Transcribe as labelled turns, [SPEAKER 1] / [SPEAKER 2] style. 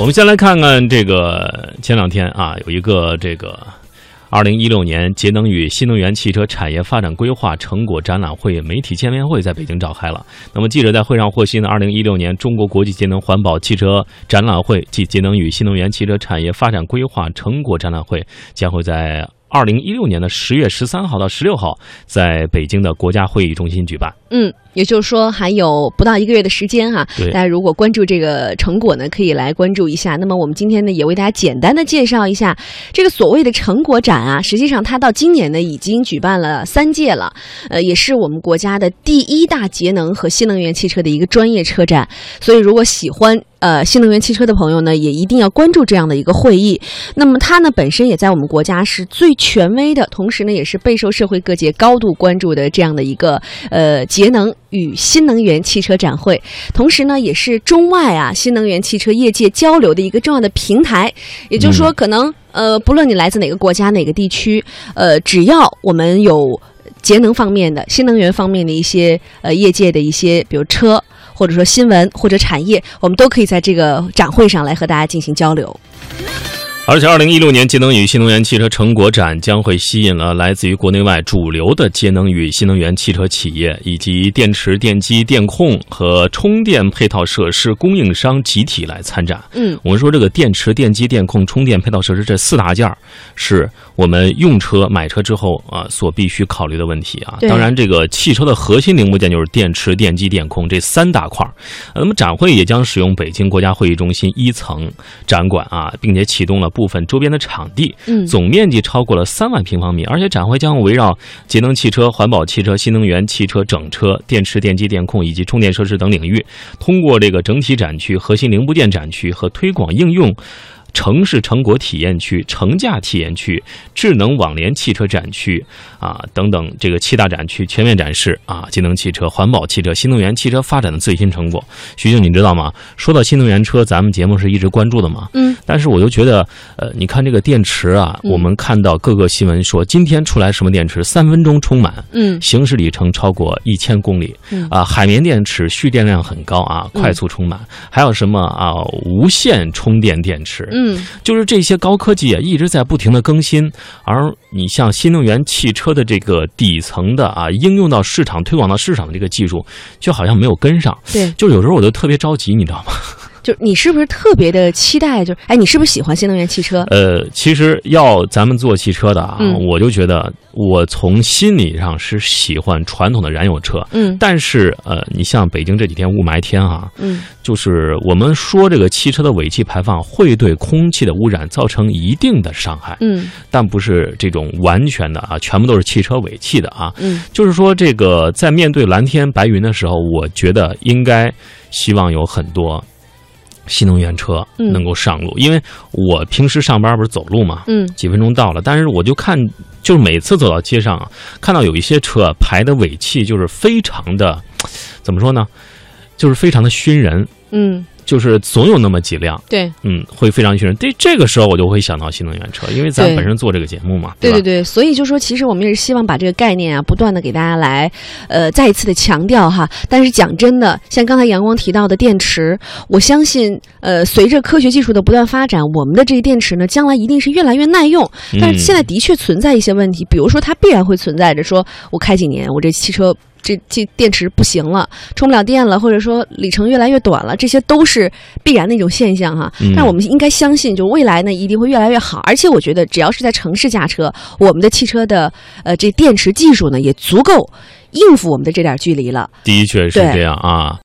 [SPEAKER 1] 我们先来看看这个前两天啊，有一个这个二零一六年节能与新能源汽车产业发展规划成果展览会媒体见面会在北京召开了。那么记者在会上获悉呢，二零一六年中国国际节能环保汽车展览会暨节能与新能源汽车产业发展规划成果展览会将会在。二零一六年的十月十三号到十六号，在北京的国家会议中心举办。
[SPEAKER 2] 嗯，也就是说还有不到一个月的时间哈、
[SPEAKER 1] 对
[SPEAKER 2] 大家如果关注这个成果呢，可以来关注一下。那么我们今天呢，也为大家简单的介绍一下这个所谓的成果展啊，实际上它到今年呢已经举办了三届了，呃，也是我们国家的第一大节能和新能源汽车的一个专业车展。所以如果喜欢。呃，新能源汽车的朋友呢，也一定要关注这样的一个会议。那么它呢，本身也在我们国家是最权威的，同时呢，也是备受社会各界高度关注的这样的一个呃节能与新能源汽车展会，同时呢，也是中外啊新能源汽车业界交流的一个重要的平台。也就是说，可能呃，不论你来自哪个国家、哪个地区，呃，只要我们有节能方面的、新能源方面的一些呃业界的一些，比如车。或者说新闻或者产业，我们都可以在这个展会上来和大家进行交流。
[SPEAKER 1] 而且，二零一六年节能与新能源汽车成果展将会吸引了来自于国内外主流的节能与新能源汽车企业，以及电池、电机、电控和充电配套设施供应商集体来参展。
[SPEAKER 2] 嗯，
[SPEAKER 1] 我们说这个电池、电机、电控、充电配套设施这四大件儿，是我们用车、买车之后啊所必须考虑的问题啊。
[SPEAKER 2] 对
[SPEAKER 1] 当然，这个汽车的核心零部件就是电池、电机、电控这三大块儿。呃那么展会也将使用北京国家会议中心一层展馆啊，并且启动了部分周边的场地，
[SPEAKER 2] 嗯
[SPEAKER 1] 总面积超过了三万平方米。而且展会将围绕节能汽车、环保汽车、新能源汽车整车、电池、电机、电控以及充电设施等领域，通过这个整体展区、核心零部件展区和推广应用。城市成果体验区、城价体验区、智能网联汽车展区啊等等，这个七大展区全面展示啊节能汽车、环保汽车、新能源汽车发展的最新成果。徐静，你知道吗？说到新能源车，咱们节目是一直关注的嘛。
[SPEAKER 2] 嗯。
[SPEAKER 1] 但是我就觉得，呃，你看这个电池啊，
[SPEAKER 2] 嗯
[SPEAKER 1] 我们看到各个新闻说，今天出来什么电池，三分钟充满，
[SPEAKER 2] 嗯
[SPEAKER 1] 行驶里程超过一千公里
[SPEAKER 2] 嗯，
[SPEAKER 1] 啊，海绵电池蓄电量很高啊，
[SPEAKER 2] 嗯
[SPEAKER 1] 快速充满，还有什么啊，无线充电电池，
[SPEAKER 2] 嗯
[SPEAKER 1] 就是这些高科技啊一直在不停的更新，而你像新能源汽车的这个底层的啊，应用到市场推广到市场的这个技术，就好像没有跟上，
[SPEAKER 2] 对，
[SPEAKER 1] 就有时候我就特别着急，你知道吗？
[SPEAKER 2] 就你是不是特别的期待？就是哎，你是不是喜欢新能源汽车？
[SPEAKER 1] 呃，其实要咱们做汽车的啊，
[SPEAKER 2] 嗯
[SPEAKER 1] 我就觉得我从心理上是喜欢传统的燃油车，
[SPEAKER 2] 嗯
[SPEAKER 1] 但是呃，你像北京这几天雾霾天啊，
[SPEAKER 2] 嗯
[SPEAKER 1] 就是我们说这个汽车的尾气排放会对空气的污染造成一定的伤害，
[SPEAKER 2] 嗯
[SPEAKER 1] 但不是这种完全的啊，全部都是汽车尾气的啊。
[SPEAKER 2] 嗯
[SPEAKER 1] 就是说，这个在面对蓝天白云的时候，我觉得应该希望有很多新能源车
[SPEAKER 2] 嗯
[SPEAKER 1] 能够上路，因为我平时上班不是走路嘛，
[SPEAKER 2] 嗯
[SPEAKER 1] 几分钟到了，但是我就看，就是每次走到街上啊，看到有一些车啊排的尾气就是非常的，怎么说呢，就是非常的熏人，
[SPEAKER 2] 嗯，
[SPEAKER 1] 就是总有那么几辆，
[SPEAKER 2] 对
[SPEAKER 1] 嗯，会非常熏人。对，这个时候我就会想到新能源车，因为咱
[SPEAKER 2] 对
[SPEAKER 1] 本身做这个节目嘛，
[SPEAKER 2] 对
[SPEAKER 1] 吧？
[SPEAKER 2] 对对，所以就说，其实我们也是希望把这个概念啊，不断的给大家来，呃，再一次的强调哈。但是讲真的，像刚才阳光提到的电池，我相信，呃，随着科学技术的不断发展，我们的这些电池呢，将来一定是越来越耐用。
[SPEAKER 1] 嗯
[SPEAKER 2] 但是现在的确存在一些问题，比如说它必然会存在着说，我开几年，我这汽车这这电池不行了，充不了电了，或者说里程越来越短了，这些都是必然的一种现象哈。
[SPEAKER 1] 嗯
[SPEAKER 2] 但我们应该相信，就未来呢一定会越来越好。而且我觉得，只要是在城市驾车，我们的汽车的呃这电池技术呢也足够应付我们的这点距离了。
[SPEAKER 1] 的确是
[SPEAKER 2] 对
[SPEAKER 1] 这样啊。